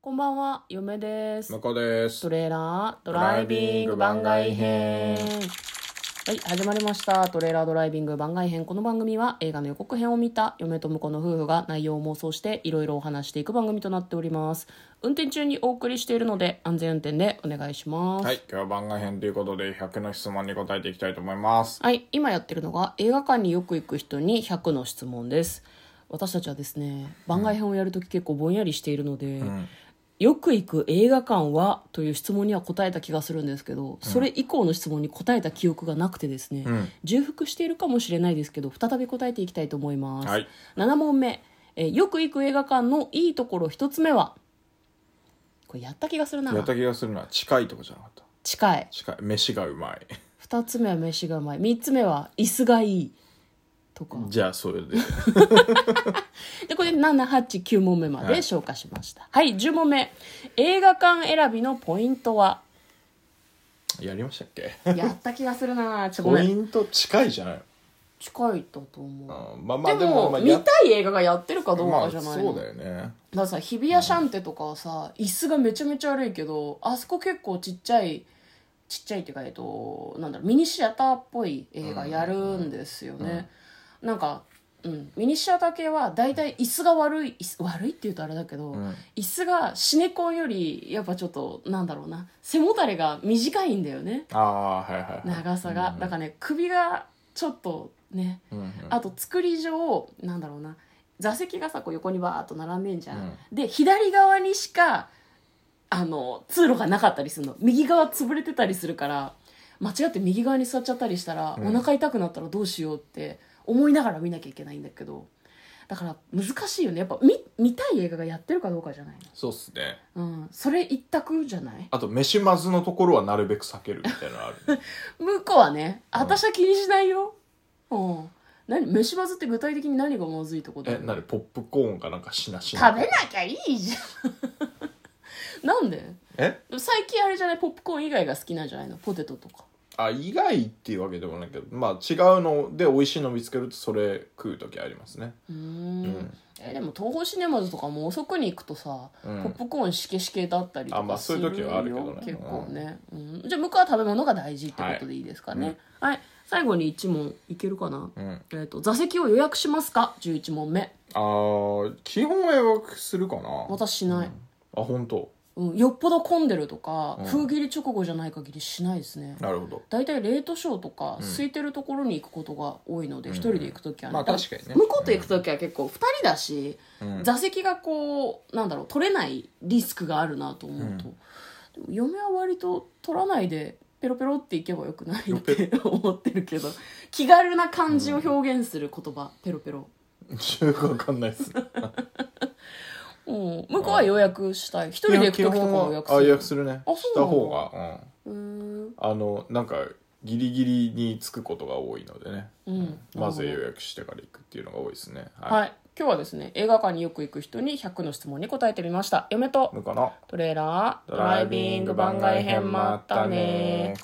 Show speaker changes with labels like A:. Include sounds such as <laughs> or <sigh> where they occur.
A: こんばんは、嫁です
B: 向。こうです
A: ト。レーラードライビング番外編。はい、始まりました。トレーラードライビング番外編。この番組は映画の予告編を見た嫁と婿の夫婦が内容を妄想していろいろお話していく番組となっております。運転中にお送りしているので安全運転でお願いします。
B: はい、今日は番外編ということで、100の質問に答えていきたいと思います。
A: はい、今やってるのが映画館によく行く人に100の質問です。私たちはですね、番外編をやるとき結構ぼんやりしているので、よく行く映画館はという質問には答えた気がするんですけど、それ以降の質問に答えた記憶がなくてですね、重複しているかもしれないですけど、再び答えていきたいと思います。
B: はい
A: 7問目、えーよく行く映画館のいいところ1つ目は、これやった気がするな
B: や。った気がするのは、近いとこじゃなかった。
A: 近い。
B: 近い。飯がう
A: <laughs>
B: まい。
A: 2つ目は飯がうまい。3つ目は椅子がいい。とか。
B: じゃあ、それで。
A: で、これで7、8、9問目まで
B: はい
A: 消化しました。はい、10問目。映画館選びのポイントは
B: やりましたっけ
A: <laughs> やった気がするなちょっと <laughs> ご
B: ポ
A: め
B: イ
A: ん。
B: ント近いじゃない
A: 近いだと思う。
B: のうんまあま
A: でも、
B: あ、でも、まあ、
A: 見
B: や
A: たい映画がやってるかどう
B: ま
A: か
B: あ、
A: じゃないの、
B: そう
A: だ
B: だよね。
A: からさ、日比谷シャンテとかはさ、椅子がめちゃめちゃ悪いけど、あそこ結構ちっちゃい、ちっちゃいっていうか、えっと、なんだろう、ミニシアターっぽい映画やるんですよね。なんか、うん、ミニシアター系は大体椅子が悪い、椅子悪いって言うとあれだけど、
B: うん。
A: 椅子がシネコンよりやっぱちょっとなんだろうな背もたれが短いんだよね
B: ああ、はいはいはい。
A: 長さが、
B: うん
A: だからね首がちょっとね
B: うんうん
A: あと作り上なんだろうな座席がさこう横にバーっと並んでんじゃん、
B: う
A: で左側にしかあの通路がなかったりするの右側潰れてたりするから間違って右側に座っちゃったりしたら、
B: うん
A: お腹痛くなったらどうしようって思いながら見なきゃいけないんだけどだから難しいよねやっぱ見見たい映画がやってるかどうかじゃないの
B: そうっすね。
A: うん、それ一択じゃない
B: あと、飯まずのところはなるべく避けるみたいなのあ
A: <laughs>
B: る。
A: 向こうはね
B: うん
A: 私は気にしないようん何飯まずって具体的に何がまずいとこだ
B: え
A: よ、
B: なに、ポップコーンかなんかしなしな。
A: 食べなきゃいいじゃん <laughs> なんで
B: え
A: 最近あれじゃないポップコーン以外が好きなんじゃないのポテトとか
B: あ以外っていうわけでもないけどまあ違うので美味しいの見つけるとそれ食う時ありますね
A: うーん
B: うん
A: えでも東宝シネマズとかも遅くに行くとさ、
B: うん
A: ポップコーンしけしけだったりとか
B: あまあそういう時はあるけどね
A: するよ結構ね、うんじゃあ向こうは食べ物が大事ってことでいいですかねはい、最後に1問いけるかな
B: うん
A: えー、と座席を予約しますか11問目
B: あー基本は予約するかな
A: 私しない、
B: あ本当
A: うんよっぽど混んでるとか、
B: うん
A: 封切り直後じゃない限りしないですね
B: なるほど
A: 大体レートショーとか、空いてるところに行くことが多いので一、人で行く時はね、
B: まあ
A: だら
B: 確かにね
A: 向こうと行く時は結構2人だし、
B: うん
A: 座席がこうなんだろう取れないリスクがあるなと思うと、でも嫁は割と取らないでペロペロって行けばよくないって <laughs> 思ってるけど気軽な感じを表現する言葉、ペロペロ
B: よくわかんないです
A: うん、向こうは予約したい一人で行く時とかも予約す
B: あ
A: る
B: 予約するね
A: あそうなの
B: した方が
A: うーん
B: うんあのなんかギリギリに着くことが多いのでね
A: うん
B: まず
A: なるほ
B: 予約してから行くっていうのが多いですね
A: どはい今日はですね映画館によく行く人に100の質問に答えてみました嫁と
B: 向こうの
A: トレーラード
B: ドライビング番外編もあったね